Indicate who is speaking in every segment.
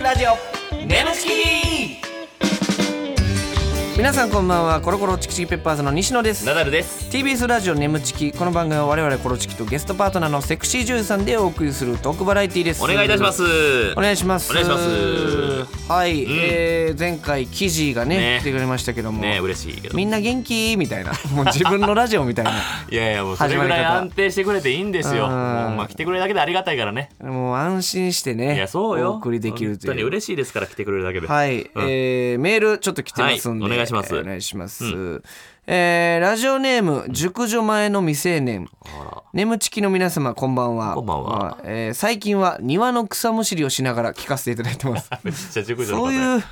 Speaker 1: ラジオネムチキ
Speaker 2: 皆さんこんばんはコロコロチキチキペッパーズの西野です
Speaker 1: ナダルです。
Speaker 2: TBS ラジオ眠チキこの番組は我々コロチキとゲストパートナーのセクシー女優さんでお送りするトークバラエティです
Speaker 1: お願いいたします。
Speaker 2: お願いします
Speaker 1: お願いします
Speaker 2: はい、えー前回記事がね
Speaker 1: ね
Speaker 2: 来てくれましたけども、
Speaker 1: ね嬉しいけど。
Speaker 2: みんな元気みたいなもう自分のラジオみたいな
Speaker 1: いやいやもうそれぐらい安定してくれていいんです
Speaker 2: う
Speaker 1: よ。
Speaker 2: ん
Speaker 1: もうまあ来てくれるだけでありがたいからね。
Speaker 2: もう安心してね
Speaker 1: いやそうよ。
Speaker 2: お送りできるという
Speaker 1: 本当に嬉しいですから来てくれるだけで。
Speaker 2: はい、
Speaker 1: うん
Speaker 2: えーメールちょっと来てますんで、
Speaker 1: はいお願いします
Speaker 2: えーお願いします、えーラジオネーム熟女前の未成年眠ちきの皆様こんばんは
Speaker 1: こんばんは
Speaker 2: まあえー最近は庭の草むしりをしながら聞かせていただいてます
Speaker 1: めっちゃ熟女の
Speaker 2: そ
Speaker 1: 方
Speaker 2: う
Speaker 1: ね
Speaker 2: いう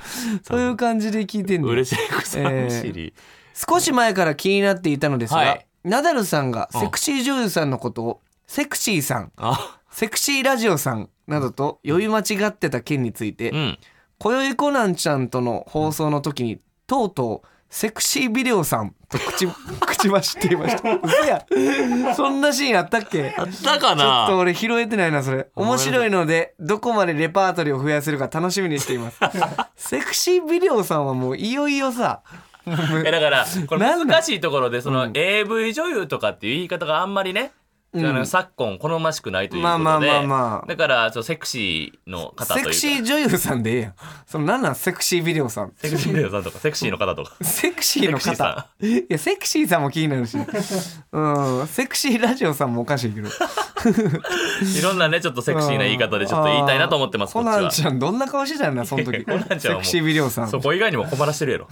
Speaker 2: そういう感じで聞いてんの
Speaker 1: 嬉しい草むしり。
Speaker 2: 少し前から気になっていたのですが、
Speaker 1: はい
Speaker 2: ナダルさんが
Speaker 1: うん
Speaker 2: セクシー女優さんのことをセクシーさん
Speaker 1: あ、
Speaker 2: セクシーラジオさんなどと呼び間違ってた件について、
Speaker 1: うん。
Speaker 2: 今宵コナンちゃんとの放送の時にとうとうセクシービデオさんと 口口走っていました嘘やそんなシーンあったっけ
Speaker 1: あったか
Speaker 2: ちょっと
Speaker 1: な。
Speaker 2: 俺拾えてないなそれ面白いのでどこまでレパートリーを増やせるか楽しみにしてい ますセクシービデオさんはもういよいよさ
Speaker 1: えだからこれ
Speaker 2: なんだ
Speaker 1: 難しいところでそうの
Speaker 2: ん
Speaker 1: AV 女優とかっていう言い方があんまりね、
Speaker 2: うん
Speaker 1: あの昨今好ましくないというこ
Speaker 2: ま
Speaker 1: と
Speaker 2: あ
Speaker 1: で。
Speaker 2: まあまあまあ
Speaker 1: だからそうセクシーの方と
Speaker 2: セ
Speaker 1: いうか
Speaker 2: クシー女優さんでええやんそのなんなんセクシービデオさん
Speaker 1: セクシー女優さんとかセクシーの方とか。
Speaker 2: セクシーの
Speaker 1: セクシー
Speaker 2: 方
Speaker 1: さ
Speaker 2: いやセクシーさんも気になるしうんセクシーラジオさんもおかしいけど
Speaker 1: いろんなねちょっとセクシーな言い方でちょっと言いたいなと思ってますこ
Speaker 2: コ
Speaker 1: っち
Speaker 2: ナン
Speaker 1: は。
Speaker 2: ちゃんどんな顔してたんだその時
Speaker 1: コナンちゃん
Speaker 2: セ
Speaker 1: はもう
Speaker 2: クシービデオさ
Speaker 1: そ
Speaker 2: ん
Speaker 1: こ以外にも困らしてるやろ。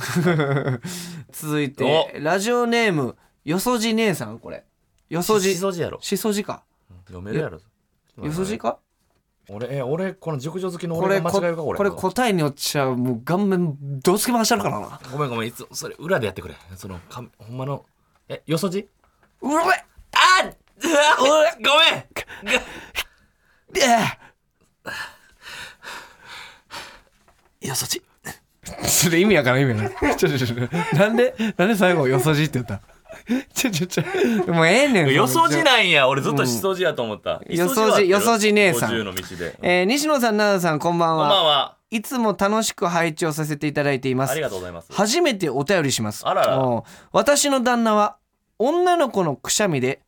Speaker 2: 続いてラジオネームよそじ姉さんこれよそじ
Speaker 1: しそじやろ。
Speaker 2: しそじか
Speaker 1: 読めるやろ。
Speaker 2: よそじか
Speaker 1: 俺え俺この熟女好きの
Speaker 2: こ
Speaker 1: 俺
Speaker 2: れ
Speaker 1: が間
Speaker 2: こ
Speaker 1: 違えるかこれ。
Speaker 2: これ答えによっちゃもう顔面どつき回してるからな
Speaker 1: ごめんごめんいつそれ裏でやってくれ。そのかほんまのえよ そじ？
Speaker 2: うわっ
Speaker 1: あっうわごめん。
Speaker 2: ええ
Speaker 1: よそじ。
Speaker 2: ちょっと意味やからん意味や からんちょちょちょなんでなんで最後よそじって言ったちょちょちょもうええねん
Speaker 1: よそじ
Speaker 2: な
Speaker 1: なんや俺ずっとしそじやと思った。
Speaker 2: よそじよそじ姉さん
Speaker 1: 50の道で。こん
Speaker 2: えー西野さん奈々さんこんばん
Speaker 1: ばん
Speaker 2: は
Speaker 1: はい
Speaker 2: つも楽しく配置をさせていただいています
Speaker 1: ありがとうございます。
Speaker 2: 初めてお便りします
Speaker 1: あらら
Speaker 2: うん私の旦那は女の子のくしゃみで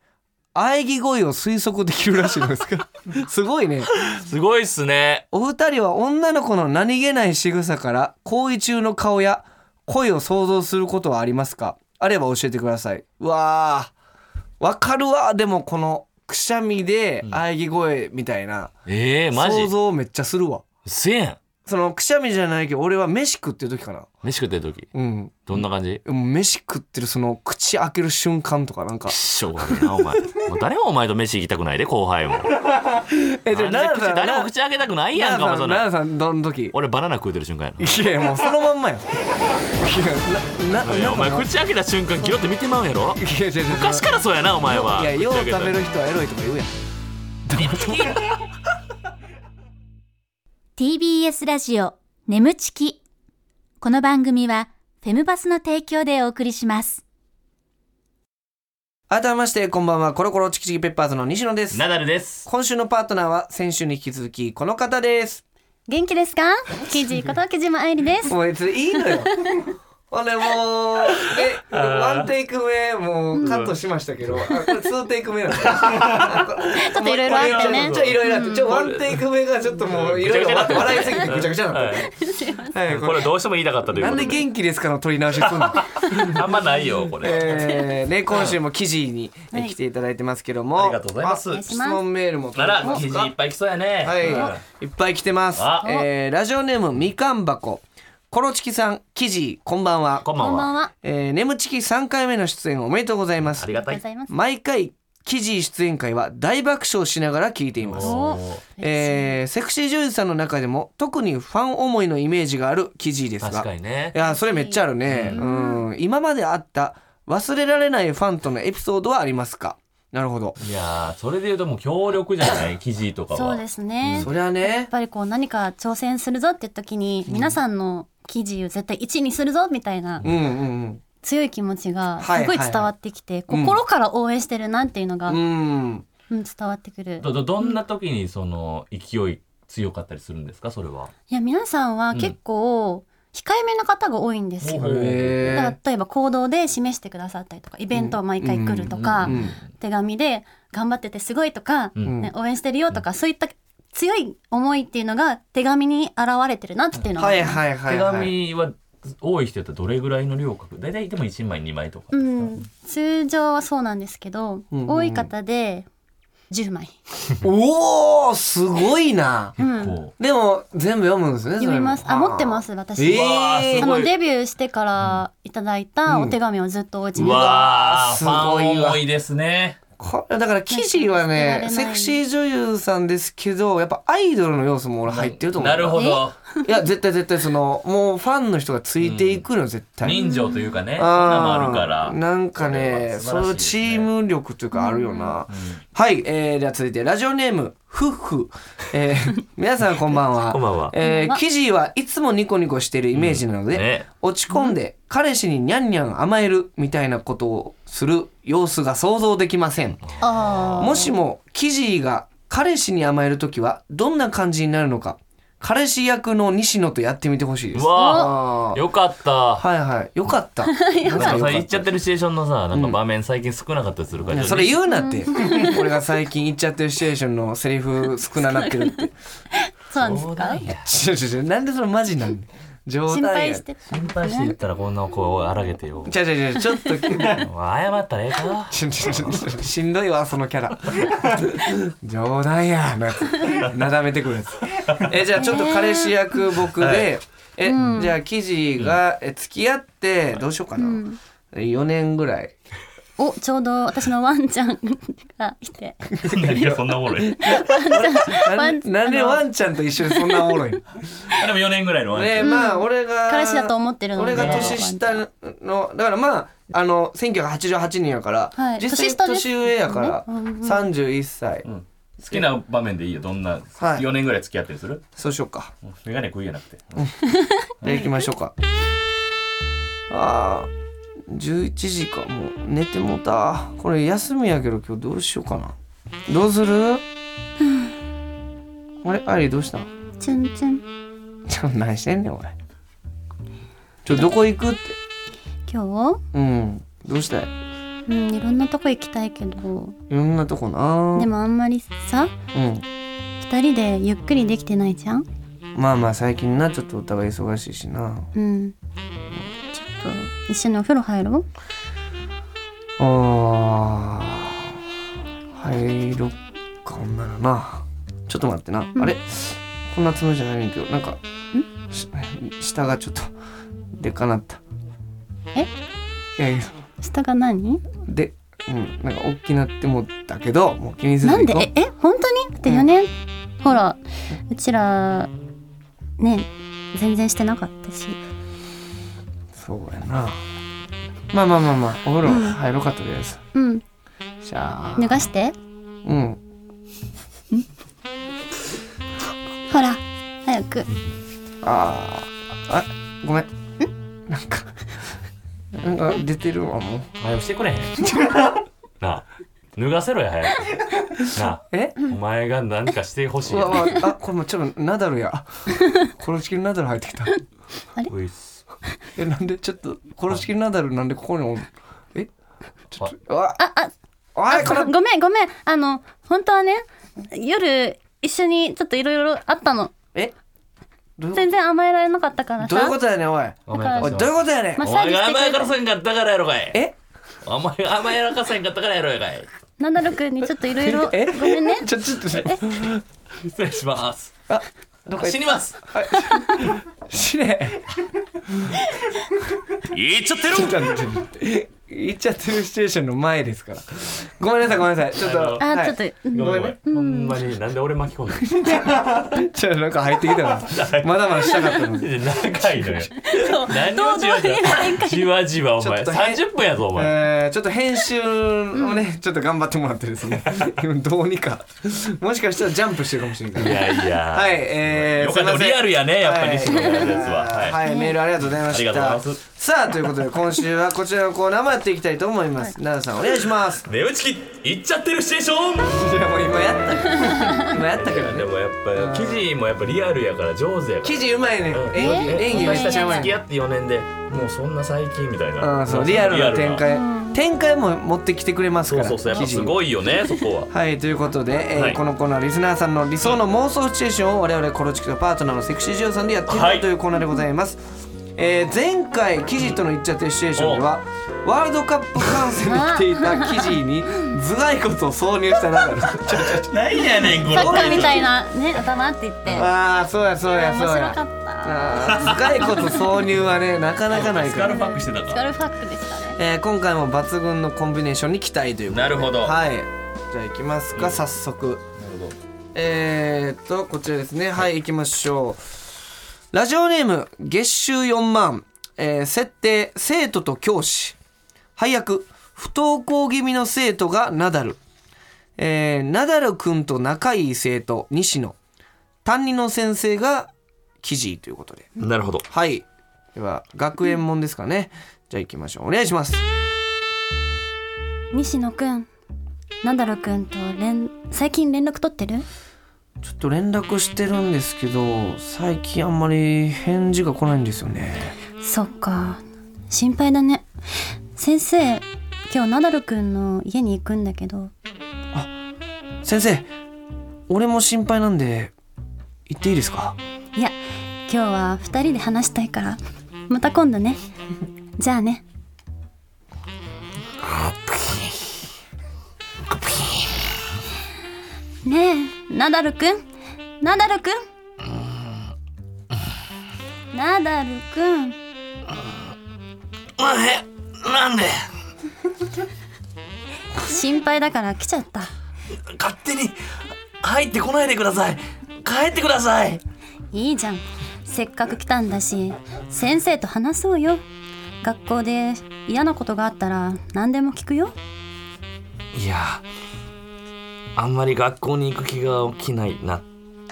Speaker 2: 喘ぎ声を推測できるらしいですが すごいね
Speaker 1: すごいっすね。
Speaker 2: お二人は女の子の何気ない仕草から行為中の顔や声を想像することはありますかあれば教えてくださいうわーわかるわでもこのくしゃみで喘ぎ声みたいな、
Speaker 1: ええマジ
Speaker 2: 想像めっちゃするわ
Speaker 1: せやん
Speaker 2: そのくしゃみじゃないけど俺は飯食ってる時かな
Speaker 1: 飯食ってる時
Speaker 2: うん
Speaker 1: どんな感じ
Speaker 2: もう飯食ってるその口開ける瞬間とかなんか
Speaker 1: しょうがねえなお前もう誰もお前と飯行きたくないで後輩も
Speaker 2: え
Speaker 1: なんで
Speaker 2: 奈
Speaker 1: 口
Speaker 2: 々
Speaker 1: 誰も
Speaker 2: 奈
Speaker 1: 口開けたくないやんかも
Speaker 2: 々
Speaker 1: そ
Speaker 2: さん
Speaker 1: んな
Speaker 2: 奈々さんどの時
Speaker 1: 俺バナナ食うてる瞬間やない
Speaker 2: やいやもうそのまんまやいやなな
Speaker 1: や
Speaker 2: な
Speaker 1: お前口開けた瞬間ギロって見てまうやろ
Speaker 2: いやいやいや
Speaker 1: 昔からそうやなお前はい
Speaker 2: やよう食
Speaker 1: 口開けた
Speaker 2: べる人はエロいとか言うやん
Speaker 3: TBS ラジオ眠ちきこの番組はフェムバスの提供でお送りします
Speaker 2: 改めましてこんばんはコロコロチキチキペッパーズの西野です
Speaker 1: ナダルです
Speaker 2: 今週のパートナーは先週に引き続きこの方です
Speaker 3: 元気ですか記事こと木島愛理です
Speaker 2: もう別にいいの よ俺もうえワンテイク目もうカットしましたけど、あこれツーテイク目なんです よ
Speaker 3: ちょっといろいろあってね
Speaker 2: ちょいろいろあって、ちょワンテイク目がちょっともういろいろ笑いすぎてぐちゃぐちゃになっ
Speaker 1: はい
Speaker 2: た。はい、
Speaker 1: こ
Speaker 2: こ
Speaker 1: れどうしても言いたかったとい
Speaker 2: れ
Speaker 1: う
Speaker 2: な
Speaker 1: こ
Speaker 2: んで
Speaker 1: とで
Speaker 2: 元気ですかの取り直しすん の。
Speaker 1: あんまないよこれ
Speaker 2: えー、ね今週も記事に
Speaker 3: はい
Speaker 2: 来ていただいてますけども、
Speaker 1: ありがとうございます
Speaker 2: あ質問メールも
Speaker 1: な
Speaker 2: 届いて
Speaker 1: ら
Speaker 2: ま
Speaker 1: 記
Speaker 2: す
Speaker 1: 事
Speaker 2: か
Speaker 1: いっぱい来そうやね
Speaker 2: はい、いっぱい来てます
Speaker 1: あ。
Speaker 2: えー、ラジオネームみかん箱コロチキさん記事こんばんは。
Speaker 1: こんば
Speaker 3: こ
Speaker 1: ん
Speaker 3: んば
Speaker 1: は
Speaker 3: んはあ
Speaker 2: えー、ネムチキ3回目の出演おめでとうございます
Speaker 1: あり。が
Speaker 3: り
Speaker 1: た
Speaker 3: がとうござ
Speaker 1: い
Speaker 3: います
Speaker 2: 毎回記事出演会は大爆笑しながら聞いています。
Speaker 1: おー
Speaker 2: えーセクシー女優さんの中でも特にファン思いのイメージがある記事です
Speaker 1: 確
Speaker 2: が
Speaker 1: か
Speaker 2: い
Speaker 1: にね
Speaker 2: やそれめっちゃあるね、うん、今まであった忘れられないファンとのエピソードはありますかなるほど、
Speaker 1: いやーそれで言うともう強力じゃない記事とかは
Speaker 4: そうですね。
Speaker 2: そりゃ
Speaker 4: や
Speaker 2: ね
Speaker 4: っぱりこう何か挑戦するぞって時に、皆さんの記事を絶対1にするぞみたいな
Speaker 2: うんうん
Speaker 4: 強い気持ちが
Speaker 2: はい
Speaker 4: すごい伝わってきて、
Speaker 2: うん
Speaker 4: 心から応援してるなっていうのが、
Speaker 2: うんうん
Speaker 4: うん伝わってくる。
Speaker 1: どどどんな時にその勢い強かったりするんですかそれは。
Speaker 4: いや皆さんは結構控えめな方が多いんですよ。
Speaker 1: うん
Speaker 2: へ
Speaker 4: だか
Speaker 2: ー
Speaker 4: ら例えば行動で示してくださったりとかイベントを毎回来るとか、
Speaker 2: うんうん
Speaker 4: 手紙で「頑張っててすごい」とか、
Speaker 1: うん
Speaker 4: ね応援してるよ」とか、そういった強い思いっていうのが手紙に現れてるなっていうのは、
Speaker 2: はいはいはい
Speaker 1: 手
Speaker 2: はい
Speaker 1: 紙は多い人やったらどれぐらいの量書く大体でも1枚2枚とか
Speaker 4: う
Speaker 1: です
Speaker 4: ん、通常はそうなんですけど、
Speaker 2: うんうん
Speaker 4: 多い方で10枚
Speaker 2: おおすごいな
Speaker 1: か結構、
Speaker 2: でも全部読むんですね
Speaker 4: 読みますあ持ってますす
Speaker 2: え
Speaker 4: 私、
Speaker 1: うわー
Speaker 2: え
Speaker 1: す
Speaker 4: あ
Speaker 1: ごい
Speaker 4: のデビューしてからいただいたお手紙をずっとお家
Speaker 1: う
Speaker 4: に、
Speaker 1: わー
Speaker 2: す
Speaker 1: フ
Speaker 2: ごいわ
Speaker 1: ァン多いですね
Speaker 2: これだから記事はね
Speaker 4: なんか捨
Speaker 2: セ
Speaker 4: てられない
Speaker 2: クシー女優さんですけどやっぱアイドルの要素も俺入ってると思う
Speaker 1: なるほど
Speaker 2: いや絶対絶対そのもうファンの人がついていくの絶対、
Speaker 1: 人情というかねそんなのもあ
Speaker 2: あ
Speaker 1: るから
Speaker 2: ーなんかね
Speaker 1: これ
Speaker 2: そうい
Speaker 1: は素晴らしいですね
Speaker 2: うチーム力というかあるよな、はい、えー、では続いてラジオネームフッフ、え ー、皆さんこんばんは
Speaker 1: こんばんは
Speaker 2: えー、記事はいつもニコニコしているイメージなので、
Speaker 1: うんね
Speaker 2: 落ち込んで彼氏にニャンニャン甘えるみたいなことをする様子が想像できません
Speaker 4: あー
Speaker 2: もしもキジーが彼氏に甘えるときはどんな感じになるのか彼氏役の西野とやってみてほしいで
Speaker 1: う
Speaker 2: す
Speaker 1: わ
Speaker 2: あ
Speaker 1: ー
Speaker 2: ー
Speaker 1: よかった
Speaker 2: はいはいよかった
Speaker 1: なんかさ言っちゃって
Speaker 2: る
Speaker 1: るシチュエーションのさなんか場面最近少なかったりするから
Speaker 2: それ言うなって俺が最近言っちゃってるシチュエーションのセリフ少ななってるって
Speaker 4: そうなんです
Speaker 2: ち
Speaker 4: か
Speaker 2: ょちょちょなんでそれマジなんで冗
Speaker 4: 心
Speaker 2: 談や
Speaker 4: 配してた
Speaker 1: 心配して言ったらこんな声を荒げてよ
Speaker 2: ちょちょちょちょっと
Speaker 1: 謝ったらええか
Speaker 2: ちょちょちょちょ しんどいわそのキャラ冗談やななだめてくるやつえじゃあちょっと彼氏役僕で、え、じゃあ記事が、え付き合ってどうしようかな、4年ぐらい
Speaker 4: おちょうど私のワンちゃんがいて
Speaker 1: 何がそんなおもろいでも
Speaker 2: な
Speaker 4: ワ
Speaker 2: ん
Speaker 4: ン
Speaker 2: なんで
Speaker 4: あの
Speaker 2: ワンちゃんと一緒にそんなおもろいのね
Speaker 1: 4年ぐらい のワンちゃん
Speaker 2: まあ俺が
Speaker 4: 彼氏だと思ってるので
Speaker 2: 俺が年下のだからまああの1988年やから、
Speaker 4: はい
Speaker 2: 実際
Speaker 4: 年下です
Speaker 2: 年上やから、31歳、
Speaker 1: うん好きな場面でいいよどんな
Speaker 2: はい
Speaker 1: 4年ぐらい付き合ったりする
Speaker 2: そうしようか
Speaker 1: うんメガネ食いやなくて
Speaker 2: で行きましょうか。ああ、11時か。もう寝てもうた。これ休みやけど今日どうしようかな。どうするあれ、アイリーどうしたん
Speaker 4: チュンチュン
Speaker 2: ちょ、何してんねん、おい。ちょ、どこ行くって。
Speaker 4: 今
Speaker 2: うん。どうしたい
Speaker 4: 日、うん、いろんなとこ行きたいけど
Speaker 2: いろんなとこな。
Speaker 4: でもあんまりさ
Speaker 2: うん。
Speaker 4: 二人でゆっくりできてないじゃん
Speaker 2: まあまあ最近な、ちょっとお互い忙しいしな。
Speaker 4: うんちょっと一緒にお風呂入ろう
Speaker 2: ああ入ろっかほんならなちょっと待ってな、あれこんなつもりじゃないねんけどなんかし下がちょっとでかなった
Speaker 4: え
Speaker 2: いやいや
Speaker 4: 下が何
Speaker 2: でうんなんか大きなってもったけどもう気にせず
Speaker 4: なん
Speaker 2: に
Speaker 4: で
Speaker 2: 行こう
Speaker 4: ええ本当にだって4年、ほらうちらね全然してなかったし
Speaker 2: そうやなまあまあまあまあお風呂入ろうかとりあえず
Speaker 4: うん
Speaker 2: じゃあ
Speaker 4: 脱がして
Speaker 2: うん
Speaker 4: ほら早く
Speaker 2: あーあごめんなんかなんか出てるわもう
Speaker 1: 早くして くれへんなあ脱がせろや早くなあ
Speaker 2: え
Speaker 1: お前が何かしてほしいう
Speaker 2: わうわあこれもうちょっとナダルや 殺しきりナダル入ってきた
Speaker 1: ういっす
Speaker 2: えなんでちょっと殺しきりナダルなんでここにおるえちょっとうわ
Speaker 4: ああ
Speaker 2: あれこ
Speaker 4: ご
Speaker 2: れ
Speaker 4: めんごめんあの本当はね夜一緒にちょっといろいろあったの
Speaker 2: えどういうこ
Speaker 4: 全然甘えられなかったから
Speaker 2: とどういう
Speaker 4: さ
Speaker 2: ことやねんおい
Speaker 1: お前
Speaker 4: だか
Speaker 2: お
Speaker 4: ら
Speaker 2: いどういうことやねん
Speaker 4: ま
Speaker 1: お前が甘やから
Speaker 4: さ
Speaker 1: せんかったからやろかい
Speaker 2: え
Speaker 1: お前が甘やらかせんかったからやろやかい
Speaker 4: ナダルくんにちょっといろいろご
Speaker 2: え
Speaker 4: めんね
Speaker 2: ちょちょっと
Speaker 1: 失礼します
Speaker 2: あどっか
Speaker 1: 死に
Speaker 2: 行っ
Speaker 1: ます
Speaker 2: 死ね
Speaker 1: 言っちゃって
Speaker 2: ちょっ
Speaker 1: る
Speaker 2: と待って行っちゃってるシチュエーションの前ですからごめんなさいごめんなさいちょっ
Speaker 1: あ
Speaker 2: と
Speaker 1: の
Speaker 4: あ、
Speaker 2: はい
Speaker 4: ちょっと、うん
Speaker 1: ごめんごめんほんまになんで俺巻き込んだ
Speaker 2: ちょっとなんか入ってきたなまだまだしたかったのに
Speaker 1: 長いのよ
Speaker 4: そう
Speaker 1: 何
Speaker 4: ど
Speaker 1: を
Speaker 4: う
Speaker 1: じ
Speaker 4: ぞ
Speaker 1: わじわじわじわお前
Speaker 2: ちょっと変
Speaker 1: 30分やぞお前
Speaker 2: えーちょっと編集をね、ちょっと頑張ってもらってです ね今どうにかもしかしたらジャンプしてるかもしれない
Speaker 1: い
Speaker 2: から
Speaker 1: やいや
Speaker 2: はいえー、
Speaker 1: よかった
Speaker 2: すいません
Speaker 1: リアルやねやっぱり西野のやつは
Speaker 2: はい、
Speaker 1: はい
Speaker 2: メールありがとうございま
Speaker 1: あり
Speaker 2: し
Speaker 1: がとうござ
Speaker 2: た
Speaker 1: います
Speaker 2: さあということで今週はこちらのコーナーまでっていきたいと思います奈々、さんお願いします
Speaker 1: 寝打ちきいっちゃってるシチュエーション
Speaker 2: いやもう今やった今やったけどね
Speaker 1: でもやっぱ生地もやっぱリアルやから上手やから
Speaker 2: 記事うまいね
Speaker 1: うん
Speaker 2: 演技演技めっちゃうまい
Speaker 1: 付き合って4年でもうそんな最近みたいな
Speaker 2: うん、そうリアルな展開展開も持ってきてくれます
Speaker 1: そ
Speaker 2: か
Speaker 1: う
Speaker 2: ら
Speaker 1: そうそうやっぱ
Speaker 2: 記事
Speaker 1: す
Speaker 2: に
Speaker 1: ごいよねそこ は
Speaker 2: はいということで、えー
Speaker 1: はい
Speaker 2: このコーナーはリスナーさんの理想の妄想シチュエーションを我々コロチキとパートナーのセクシージオさんでやっていこ
Speaker 1: は
Speaker 2: う
Speaker 1: い
Speaker 2: というコーナーでございます、えー前回記事との言っちゃってるシチュエーションではワールドカップ観戦に来ていた記事に頭蓋骨を挿入した中の
Speaker 1: 何やねんこ
Speaker 4: サッカーみたいなね頭って言って面
Speaker 2: ああそうやそうやそう
Speaker 4: 白
Speaker 2: や
Speaker 4: かった
Speaker 2: あー頭蓋骨挿入はねなかなかない
Speaker 1: ス
Speaker 2: か
Speaker 1: カ
Speaker 2: ら
Speaker 1: ル、ファックしてた
Speaker 4: ス
Speaker 1: か
Speaker 4: カルファックでしたね
Speaker 2: えー今回も抜群のコンビネーションに期待ということで
Speaker 1: なるほど
Speaker 2: はいじゃあ行きますか、早速えー、っとこちらですねはい行きましょうラジオネーム月収4万、えー設定生徒と教師配役不登校気味の生徒がナダル、えーナダルくんと仲いい生徒西野担任の先生が記事ということで
Speaker 1: なるほど
Speaker 2: はいでは学園門ですかね、じゃあ行きましょうお願いします
Speaker 4: 西野くんナダルくんと連最近連絡取ってる
Speaker 2: ちょっと連絡してるんですけど最近あんまり返事が来ないんですよね
Speaker 4: そっか心配だね先生今日ナダルくんの家に行くんだけど
Speaker 2: 先生俺も心配なんで行っていいですか
Speaker 4: いや今日は2人で話したいからまた今度ねじゃあねねえナダルくんナダルくんナダルくん
Speaker 1: なんで
Speaker 4: 心配だから来ちゃった
Speaker 1: 勝手に入ってこないでください帰ってくださ い
Speaker 4: いいじゃんせっかく来たんだし先生と話そうよ学校で嫌なことがあったら何でも聞くよ
Speaker 1: いやあんまり学校に行く気が起きないなっ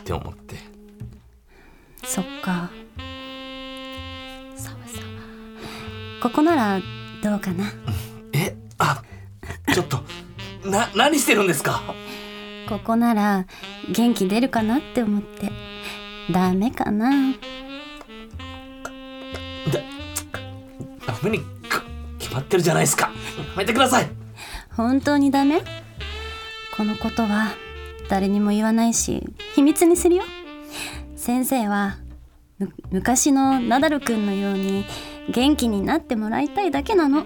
Speaker 1: て思って
Speaker 4: そっかさわさわここならどうかな
Speaker 1: えあちょっとな何してるんですか
Speaker 4: ここなら元気出るかなって思ってダメかな
Speaker 1: ダメに決まってるじゃないですかやめてください
Speaker 4: 本当にダメこのことは誰にも言わないし秘密にするよ先生はむ昔のナダルくんのように元気になってもらいたいだけなの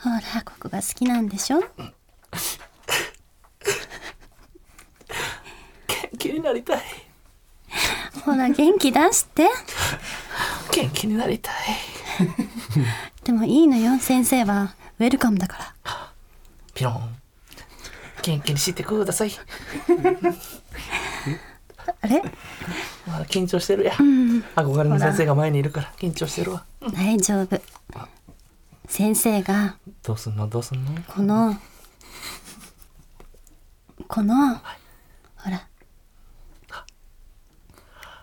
Speaker 4: ほらここが好きなんでしょ
Speaker 1: 元気になりたい
Speaker 4: ほら元気出して
Speaker 1: 元気になりたい
Speaker 4: でもいいのよ先生はウェルカムだから
Speaker 1: ピロン元気にしてください
Speaker 4: あれ
Speaker 1: まだ緊張してるや、憧れの先生が前にいるから緊張してるわ
Speaker 4: 大丈夫先生が
Speaker 1: どうすんのどうすんの
Speaker 4: このこの、ほら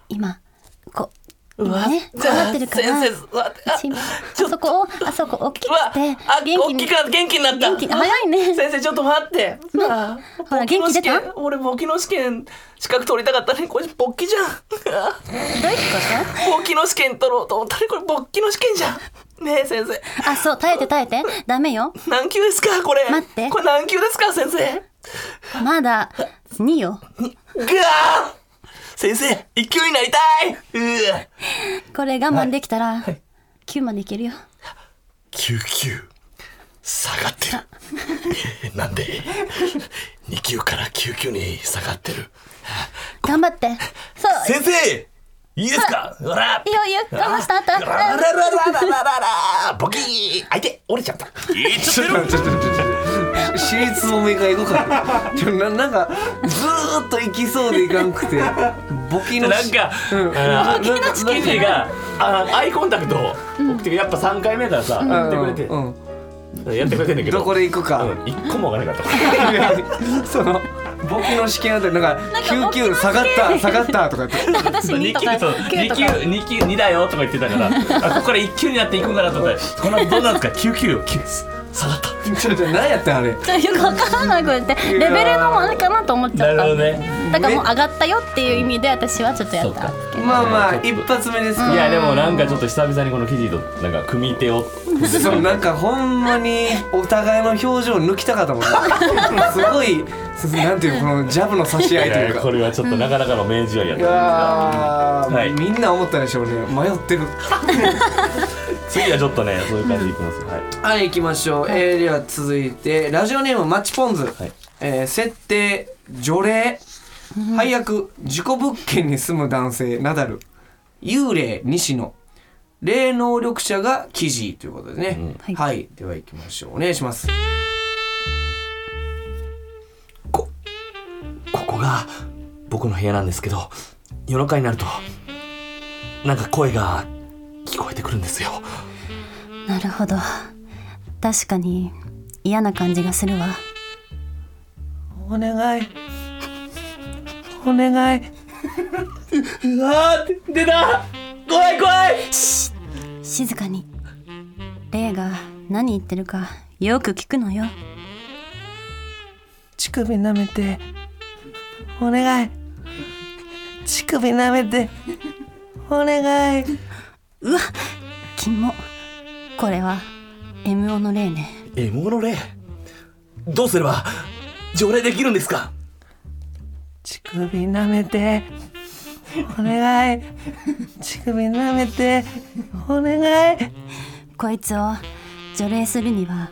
Speaker 4: 今こ
Speaker 1: うわ
Speaker 4: 今ねこうなってるから
Speaker 1: 先生うわあ
Speaker 4: 心配
Speaker 1: ちょ
Speaker 4: あそこをあそこ大き
Speaker 1: うわ
Speaker 4: くして
Speaker 1: あ
Speaker 4: 元気
Speaker 1: 大
Speaker 4: に
Speaker 1: きくな元気になった
Speaker 4: 元気早いね
Speaker 1: 先生ちょっと待ってああ
Speaker 4: ほら
Speaker 1: 簿記の
Speaker 4: 元気出た
Speaker 1: 試験俺簿記の試験資格取りたかったねこれ簿記じゃ
Speaker 4: どういうこ
Speaker 1: ん簿記の試験取ろうと思ったねこれ簿記の試験じゃんねえ先生
Speaker 4: とあそう耐えて耐えてダメよ
Speaker 1: 何級ですかこれ
Speaker 4: 待って
Speaker 1: これ何級ですか先生
Speaker 4: まだ2よ
Speaker 1: ぐわー先生一級になりたいうわ
Speaker 4: これ我慢できたら
Speaker 1: はい
Speaker 4: 9までいけるよ
Speaker 1: 9級下がってる なんで2級から9級に下がってる
Speaker 4: 頑張ってそう
Speaker 1: 先生いいですかほら
Speaker 4: いいよいいよ我慢したあっ
Speaker 1: ラ
Speaker 4: た
Speaker 1: ラララララララボキー相手折れちゃったいっちゃってる
Speaker 2: 私立もめがエグかったちょななんかずーっと行きそうでいかんくて簿記の
Speaker 1: なんか、あの、記事が、あのアイコンタクトを、僕的やっぱ三回目からさ、やってくれて、
Speaker 2: うんうん
Speaker 1: やってくれてんだけど、
Speaker 2: どこで行くか
Speaker 1: うん一個もわからなかった。
Speaker 2: その僕の試験あたりなんか救急下がった下がったとかって
Speaker 4: 私2とか9とか
Speaker 1: 2級二級二だよとか言ってたからあここから1級になっていくんかなと思ってこの後どうなんですか救急よ下がった
Speaker 2: ちょっと何やったんあれ
Speaker 4: ちょっとよくわからなくてレベルのあれかなと思っちゃった
Speaker 1: なるほどね
Speaker 4: だからもう上がったよっていう意味で私はちょっとやった
Speaker 2: まあまあ一発目ですか
Speaker 1: い
Speaker 2: ら
Speaker 1: やでもなんかちょっと久々にこの記事となんか組み手を
Speaker 2: そうなんかほんまにお互いの表情抜きたかったもんな すごいすなんていうこのジャブの差し合
Speaker 1: い
Speaker 2: いと
Speaker 1: や
Speaker 2: い
Speaker 1: いうや
Speaker 2: か
Speaker 1: これはちょっとなかなかの名試合やっ
Speaker 2: い
Speaker 1: た
Speaker 2: やー
Speaker 1: はい
Speaker 2: みんな思ったでしょうね迷ってる
Speaker 1: 次はちょっとねそういう感じでいきますよはい
Speaker 2: はい行きましょう、えー、では続いてラジオネームマッチポンズ、
Speaker 1: い
Speaker 2: えー設定除霊配役事故物件に住む男性ナダル幽霊西野霊能力者が記事ということでね、はい、では行きましょうお願いします
Speaker 5: こここが僕の部屋なんですけど夜中になるとなんか声が聞こえてくるんですよ
Speaker 4: なるほど確かに嫌な感じがするわ
Speaker 2: お願いお願いう
Speaker 1: わー出た怖い怖い
Speaker 4: 静かに霊が何言ってるかよく聞くのよ
Speaker 2: 乳首舐めてお願い乳首舐めてお願いう
Speaker 4: わキモこれは MO の霊ね
Speaker 5: 獲物霊どうすれば除霊できるんですか
Speaker 2: 乳首舐めてお願い乳首舐めてお願い
Speaker 4: こいつを除霊するには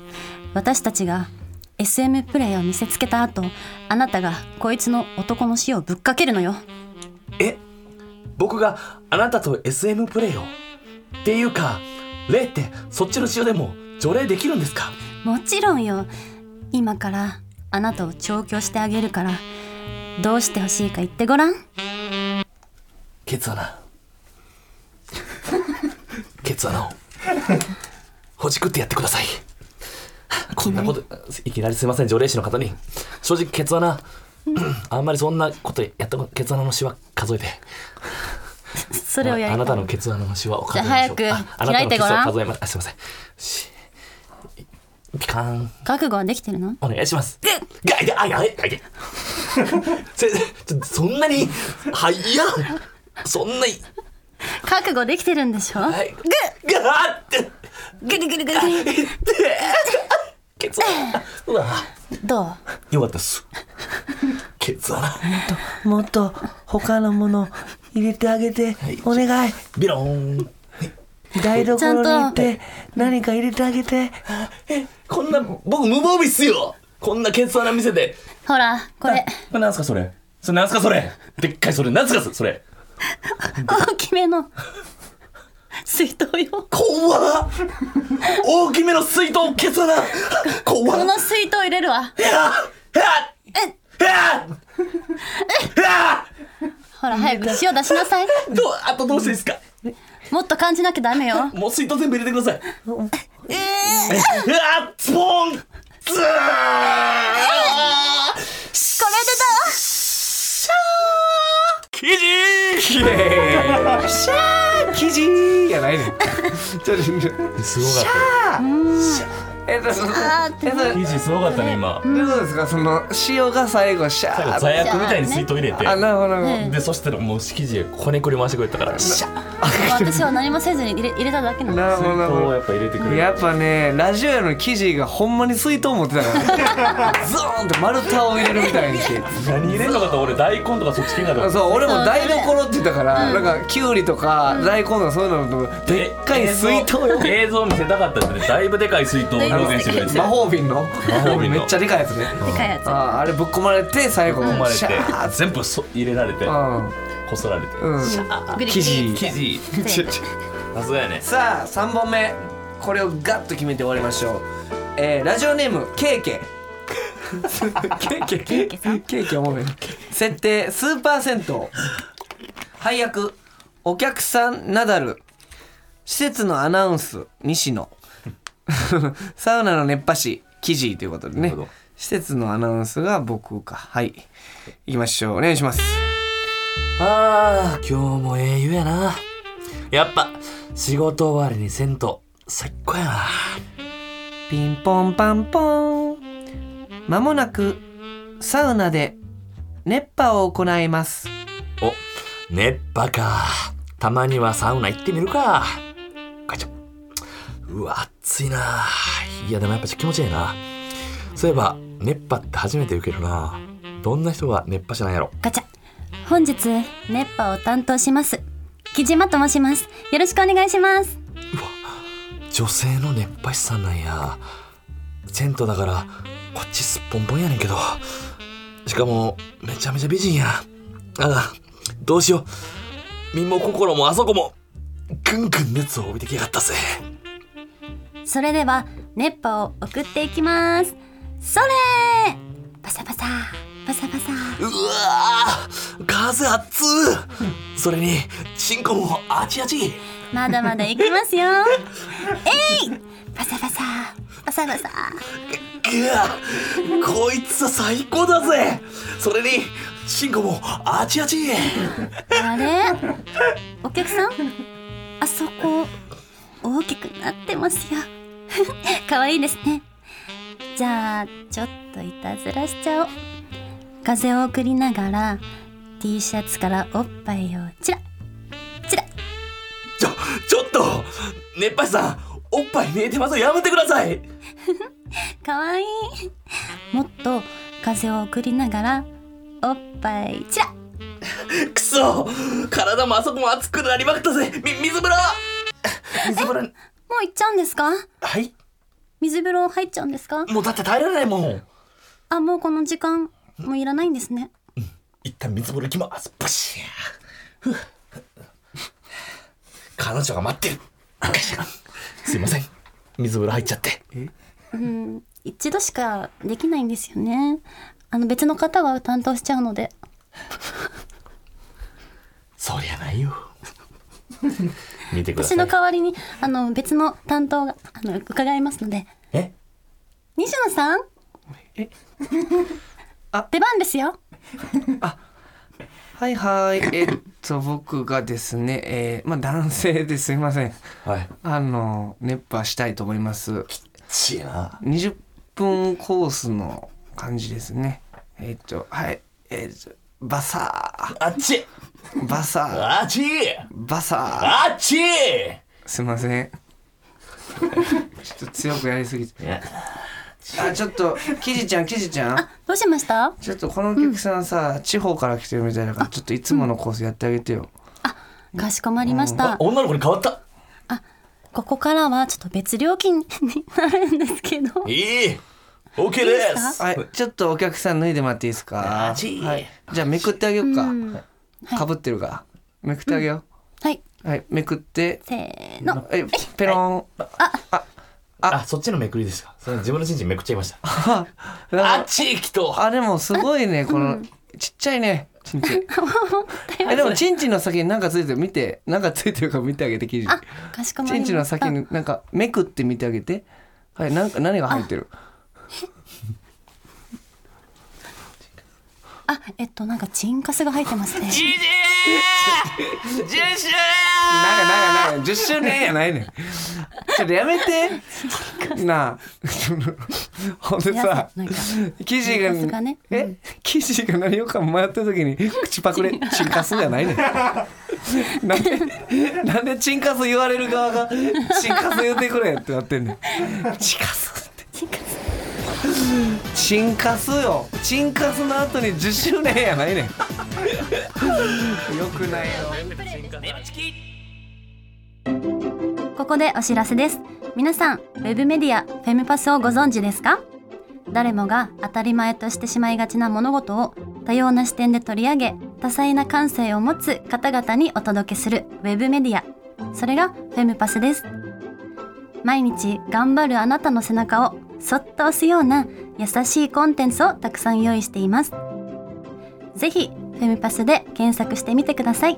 Speaker 4: 私たちが SM プレイを見せつけた後あなたがこいつの男の死をぶっかけるのよ
Speaker 5: え僕があなたと SM プレイをっていうか霊ってそっちの塩でも除霊できるんですか
Speaker 4: もちろんよ今からあなたを調教してあげるからどうしてほしいか言ってごらん
Speaker 5: ケツ穴 ケツ穴をほじくってやってくださいこんなこといきなりすいません除霊師の方に正直ケツ穴 あんまりそんなことやったことケツ穴のシワ数えて
Speaker 4: それをやり
Speaker 5: あ
Speaker 4: たい
Speaker 5: なたのケツ穴のシワを数えましょう
Speaker 4: じゃあ早く
Speaker 5: ああなた
Speaker 4: 開い
Speaker 5: の
Speaker 4: て
Speaker 5: ケ
Speaker 4: ご
Speaker 5: ツを
Speaker 4: らん
Speaker 5: 数えますあすいませんしピカーン
Speaker 4: 覚悟はできてるの
Speaker 5: お願いします。ガイで、あ、やいガイで。せ、ちょ、そんなに、はい、いや、そんなに、
Speaker 4: 覚悟できてるんでしょ
Speaker 5: はい、ぐ、ガーって、
Speaker 4: ぐりぐりぐりぐり
Speaker 5: ケツ穴。うわ、
Speaker 4: どう
Speaker 5: よかったっす。ケツ穴。
Speaker 2: もっと他のもの入れてあげて
Speaker 5: い
Speaker 2: お願い
Speaker 5: ビローン。
Speaker 2: 台所に行っ
Speaker 4: ち
Speaker 2: て何か入れてあげて
Speaker 5: え、こんな、僕無防備っすよ。こんなケツ穴見せて。
Speaker 4: ほらこれ
Speaker 1: これなんすかそれそれなんすかそれでっかいそれなんすかそれ
Speaker 4: 大きめの水筒よ
Speaker 5: 怖っ大きめの水筒、ケツ穴。怖っ
Speaker 4: この水筒入れるわ
Speaker 5: いやいや
Speaker 4: え
Speaker 5: いやいや
Speaker 4: ほら早く塩出しなさい
Speaker 5: どう、あとどうしていいですか
Speaker 4: もっと感じなきゃダメよ
Speaker 5: もう水筒全部入れてください。ええー、あ、ズボン。ズーン。
Speaker 4: これ
Speaker 5: 記事。
Speaker 2: シャーキジーやないねんちょっと
Speaker 1: すごかっ
Speaker 2: えっとそのえっと
Speaker 1: た記事すごかったね今
Speaker 2: どういうことですかその塩が最後シャ
Speaker 1: 最後
Speaker 2: ー
Speaker 1: 罪悪みたいに水筒入れて
Speaker 2: あなるほどなるほど、
Speaker 4: ね
Speaker 1: でそしたらもう記事こねくり回してくれたから水筒
Speaker 4: だ私は何もせずに入れ入れただけなの
Speaker 2: なるほどなるほ
Speaker 1: を
Speaker 2: ど
Speaker 1: やっぱ入れてくれる
Speaker 2: やっぱねラジオ屋の記事がほんまに水筒持ってたから ねズーンって丸太を入れるみたいにして
Speaker 1: 何入れんのかと俺大根とかそっち系かと思った
Speaker 2: そう俺も台所って言ったから、なんかきゅうりとか大根とかそういうのとでっかい水筒よ
Speaker 1: 映像見せたかったですねだいぶでかい水筒を表現してくれて
Speaker 2: 魔法瓶の
Speaker 1: 法瓶
Speaker 2: め
Speaker 1: の
Speaker 2: っちゃでかいやつね
Speaker 4: でかいやつ
Speaker 2: あーあれぶっ込まれて最後
Speaker 1: 生まれ
Speaker 2: シ
Speaker 1: て
Speaker 2: ャーって
Speaker 1: 全部そ入れられてこそられて
Speaker 2: うんうん
Speaker 4: グリグ
Speaker 2: 生
Speaker 4: リ
Speaker 2: 地
Speaker 1: 記事
Speaker 4: 全部
Speaker 1: さすがやね
Speaker 2: さあ3本目これをガッと決めて終わりましょう、えーラジオネームケーケ ケーケケ
Speaker 4: ケさん
Speaker 2: ーケおもろいな設定スーパー銭湯配役お客さんナダル施設のアナ ウンス西野サウナの熱波師記事ということでね
Speaker 1: なるほど
Speaker 2: 施設のアナウンスが僕かはい行きましょうお願いします
Speaker 5: あー今日もええ湯やなやっぱ仕事終わりに銭湯最高やな
Speaker 2: ピンポンパンポンまもなくサウナで熱波を行います
Speaker 5: お熱波かたまにはサウナ行ってみるか会長うわ暑いないやでもやっぱ気持ちいいなそういえば熱波って初めて受けるなどんな人が熱波師なんやろ
Speaker 4: ガチャ本日熱波を担当します木島と申しますよろしくお願いします
Speaker 5: 女性の熱波師さんなんや銭湯だからこっちすっぽんぽんやねんけどしかもめちゃめちゃ美人やああどうしよう身も心もあそこもぐんぐん熱を帯びてきやがったぜ
Speaker 4: それでは熱波を送っていきますそれパサパサパサパサ
Speaker 5: うわー風熱っそれにチンコもあちあち
Speaker 4: まだまだいきますよえいパサパサパサパサ
Speaker 5: ぐわこいつは最高だぜそれにチンコもあちあち
Speaker 4: あれお客さんあそこ大きくなってますよ 可愛いですねじゃあちょっといたずらしちゃおう風を送りながら T シャツからおっぱいをチラチラ
Speaker 5: ちょちょっと熱波師さんおっぱい見えてますよやめてください
Speaker 4: 可愛いもっと風を送りながらおっぱいチラ
Speaker 5: くそ体もあそこも熱くなりまくったぜみ水風呂水風呂
Speaker 4: もう行っちゃうんですか
Speaker 5: はい
Speaker 4: 水風呂入っちゃうんですか
Speaker 5: もうだって耐えられないもん
Speaker 4: あもうこの時間もういらないんですね
Speaker 5: 一旦水風呂行きますパシャふう彼女が待ってるすいません水風呂入っちゃって
Speaker 4: うん一度しかできないんですよねあの別の方が担当しちゃうので
Speaker 5: そりゃないよ見てくださ
Speaker 4: 私
Speaker 5: い
Speaker 4: の代わりにあの別の担当があの伺いますので
Speaker 5: え
Speaker 4: 西野さん
Speaker 2: あ
Speaker 4: 出番ですよ
Speaker 2: はいはいえっと僕がですねえーまあ男性ですいません
Speaker 5: はい
Speaker 2: あの熱波したいと思います
Speaker 5: ちえな
Speaker 2: 20分コースの感じですねえっとはいえっとバサ
Speaker 5: あっち
Speaker 2: ーバサー
Speaker 5: あっち
Speaker 2: バサ
Speaker 5: あっち
Speaker 2: ーすいませんちょっと強くやりすぎてあちょっとキジちゃんキジちゃん
Speaker 4: どうしました
Speaker 2: ちょっとこのお客さんさ、地方から来てるみたいだからちょっといつものコースやってあげてよ、
Speaker 4: かしこまりました、
Speaker 5: 女の子に変わった
Speaker 4: ここからはちょっと別料金になるんですけど
Speaker 5: いい OK で
Speaker 4: です
Speaker 5: す
Speaker 2: はいちょっとお客さん脱いでもらっていいですか
Speaker 5: あちー
Speaker 2: はい、じゃあめくってあげようか、
Speaker 4: うん
Speaker 2: かぶってるからめくってあげよ
Speaker 4: はい、
Speaker 2: う、はいめくって
Speaker 4: せーの。
Speaker 2: はいペロン、
Speaker 5: あそっちのめくりですかそれ自分のチンチンめくっちゃいました
Speaker 2: あ
Speaker 5: あっちきと
Speaker 2: あでもすごいねこの、ちっちゃいねちん ちんえでもちんちんの先に何かついてる見て何かついてるから見てあげて記事
Speaker 4: あ、かしこまり
Speaker 2: ちん
Speaker 4: ました。
Speaker 2: ちんの先になんかめくって見てあげてはいなんか何が入ってる
Speaker 4: あ、えっと、なんかチンカスが入ってますね。
Speaker 5: ジジージェシ
Speaker 2: なんかなんかなんか10周年やないねんちょっとやめてなあほんで
Speaker 4: いや
Speaker 2: さ
Speaker 4: なんか
Speaker 2: 記事
Speaker 4: チンカスが
Speaker 2: が
Speaker 4: ね
Speaker 2: え記事が何をか迷った時に口パク れチンカスじゃないねんなんでなんでチンカス言われる側がチンカス言うてくれってなってんねんチンカスって
Speaker 4: チンカス。
Speaker 2: チンカスよチンカスの後に10周年やないねんよくないよ
Speaker 4: ここでお知らせです。皆さん、ウェブメディア、フェムパスをご存知ですか誰もが当たり前としてしまいがちな物事を多様な視点で取り上げ、多彩な感性を持つ方々にお届けするウェブメディア。それがフェムパスです。毎日頑張るあなたの背中をそっと押すような優しいコンテンツをたくさん用意しています。ぜひ、フェムパスで検索してみてください。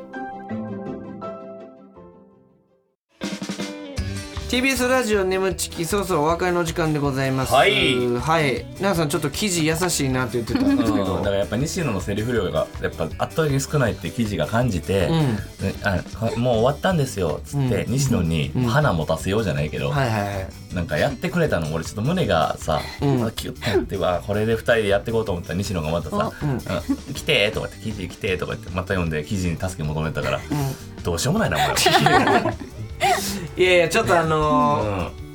Speaker 2: TBS ラジオ眠ちきそろそろお別れの時間でございます
Speaker 6: はい
Speaker 2: はい奈々さんちょっと記事優しいなって言ってたんですけ
Speaker 6: うんだ
Speaker 2: ど
Speaker 6: からやっぱ西野のセリフ量がやっぱ圧倒的に少ないって記事が感じて、
Speaker 2: ん
Speaker 6: ねあこもう終わったんですよっつって、
Speaker 2: う
Speaker 6: 西野に
Speaker 2: ん
Speaker 6: 花持たせようじゃないけど、
Speaker 2: はいはいはい
Speaker 6: なんかやってくれたの俺ちょっと胸がさ、
Speaker 2: うん
Speaker 6: まだキュッてやってわこれで2人でやっていこうと思ったら西野がまたさ「
Speaker 2: うん
Speaker 6: うん来て」とかって「記事来て」とか言ってまた読んで記事に助け求めたから、どうしようもないなもう、
Speaker 2: いやいやちょっとあ
Speaker 6: う
Speaker 2: の
Speaker 6: ん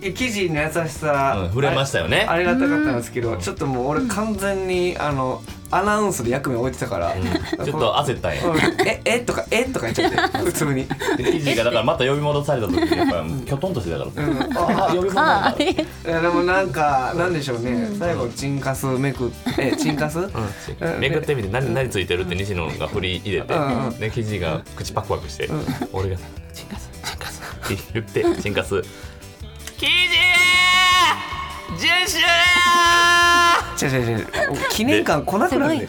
Speaker 2: ー記事の優し
Speaker 6: う
Speaker 2: さ
Speaker 6: ん、触れましたよね
Speaker 2: ありがたかったんですけどちょっともう俺完全にあのアナウンスで役目置いてたから
Speaker 6: うんちょっと焦ったんや
Speaker 2: うんええとかえとか言っちゃって普通に
Speaker 6: で記事がだからまた呼び戻された時にやっぱきょとんとしてたから、
Speaker 2: うん
Speaker 6: あ呼び戻された
Speaker 2: いやでもなんかなんでしょうね最後チンカスめくえチンカス
Speaker 1: うんめくってみて何何ついてるって西野が振り入れて
Speaker 2: うんうん
Speaker 1: ね生地が口パクパクして俺が「チンカスチンカス」って言ってチンカス「生地ジューシュ
Speaker 2: 違う違う違う記念館来なく なるね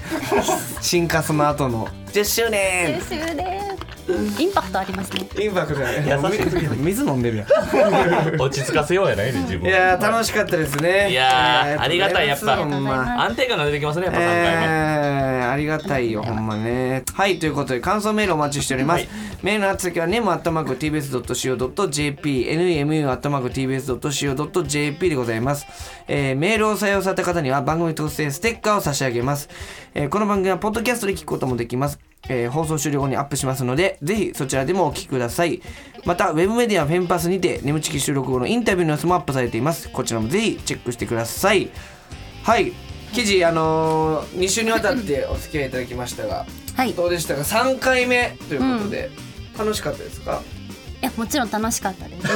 Speaker 4: す
Speaker 2: チンカスの後の10周年
Speaker 4: 終ですインパクトありますね
Speaker 2: インパクトだね水飲ん でるやん
Speaker 1: ー!」落ち着かせようやないね自
Speaker 2: い
Speaker 1: 分
Speaker 2: やー楽しかったですね
Speaker 1: いや
Speaker 2: とうござます
Speaker 1: ーありがたいやっぱ
Speaker 2: ほんま
Speaker 1: 安定感が出てきますねやっぱ何回も。
Speaker 2: えー、ありがたいよほんまねはいということで感想メールお待ちしております、メールの宛先は nemu.tbs.co.jp nemu.tbs.co.jp でございます、えーメールを採用された方には番組特製ステッカーを差し上げます、えーこの番組はポッドキャストで聞くこともできますえー放送終了後にアップしますので、ぜひそちらでもお聞きください。また、ウェブメディアフェンパスにて、眠ちき収録後のインタビューの様子もアップされています。こちらもぜひチェックしてください。はい記事あのー、2週にわたってお付き合いいただきましたが
Speaker 4: はいい
Speaker 2: どうでしたか3回目ということで、楽しかったですか
Speaker 4: やもちろん楽しかったです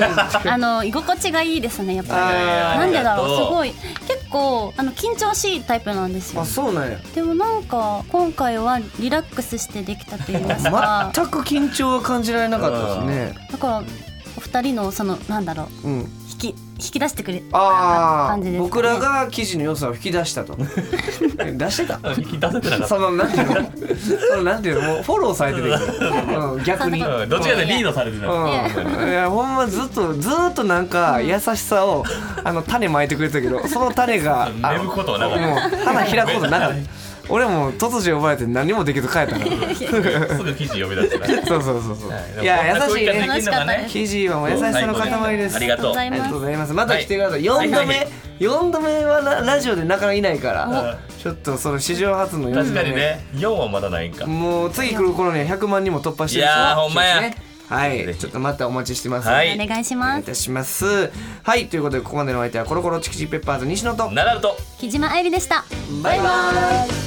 Speaker 4: あの居心地がいいですねやっぱ
Speaker 2: あ
Speaker 4: りなんでだろ
Speaker 1: あ
Speaker 4: う
Speaker 1: りが
Speaker 4: す
Speaker 1: とう
Speaker 4: ごい結構あの緊張しいタイプなんですよ
Speaker 2: あそうなんや
Speaker 4: でもなんか今回はリラックスしてできたと言いますか
Speaker 2: 全く緊張は感じられなかったですね
Speaker 4: だからお二人のそのなんだろう
Speaker 2: うん
Speaker 4: 引き引き出してくれた
Speaker 2: ああ、
Speaker 4: 感じですかね
Speaker 2: 僕らが記事の良さを引き出した とえ出してた
Speaker 1: 引き出せてなかっ
Speaker 2: そのなんていうのそのなんていうのもうフォローされてるけど、うん、逆に
Speaker 4: そんな
Speaker 6: うんどっちかでリードされてた、
Speaker 2: うん、いやほんまずっとずっとなんか優しさを、あの種まいてくれてたけどその種が
Speaker 6: 芽吹くことはなかった
Speaker 2: もう花開くことなかった俺も突如呼ばれて何もできず帰ったな
Speaker 6: すぐ記事呼び出してた
Speaker 2: そうそうそうそう、、
Speaker 6: はい
Speaker 2: や優しい
Speaker 6: でも
Speaker 2: ね
Speaker 6: こんな空間できんのがね
Speaker 4: 楽
Speaker 2: 生地はもう優しさの塊です
Speaker 6: ありがとう。
Speaker 4: あり
Speaker 2: ありが
Speaker 4: が
Speaker 2: と
Speaker 4: と
Speaker 2: う
Speaker 4: う
Speaker 2: ご
Speaker 4: ご
Speaker 2: ざいますまた来てください、
Speaker 6: はい
Speaker 2: 4度
Speaker 6: は
Speaker 2: 目、
Speaker 6: いはい
Speaker 2: 4度目はララジオでなかなかいないから
Speaker 6: う
Speaker 2: ちょっとその史上初の4度目
Speaker 6: 確かにね、4はまだないんか。
Speaker 2: もう次来る頃には100万人も突破してる
Speaker 6: いやーほんまや
Speaker 2: そうですねは
Speaker 6: ぜ
Speaker 2: い
Speaker 6: ひ
Speaker 2: ちょっとまたお待ちしてます、
Speaker 6: は
Speaker 4: お願いし
Speaker 2: お願い
Speaker 4: ま
Speaker 2: い
Speaker 4: す
Speaker 2: たしますはいということでここまでのお相手はコロコロチキチキペッパーズ西野と
Speaker 6: ナダルと
Speaker 4: 木島愛理でした
Speaker 2: バイバイ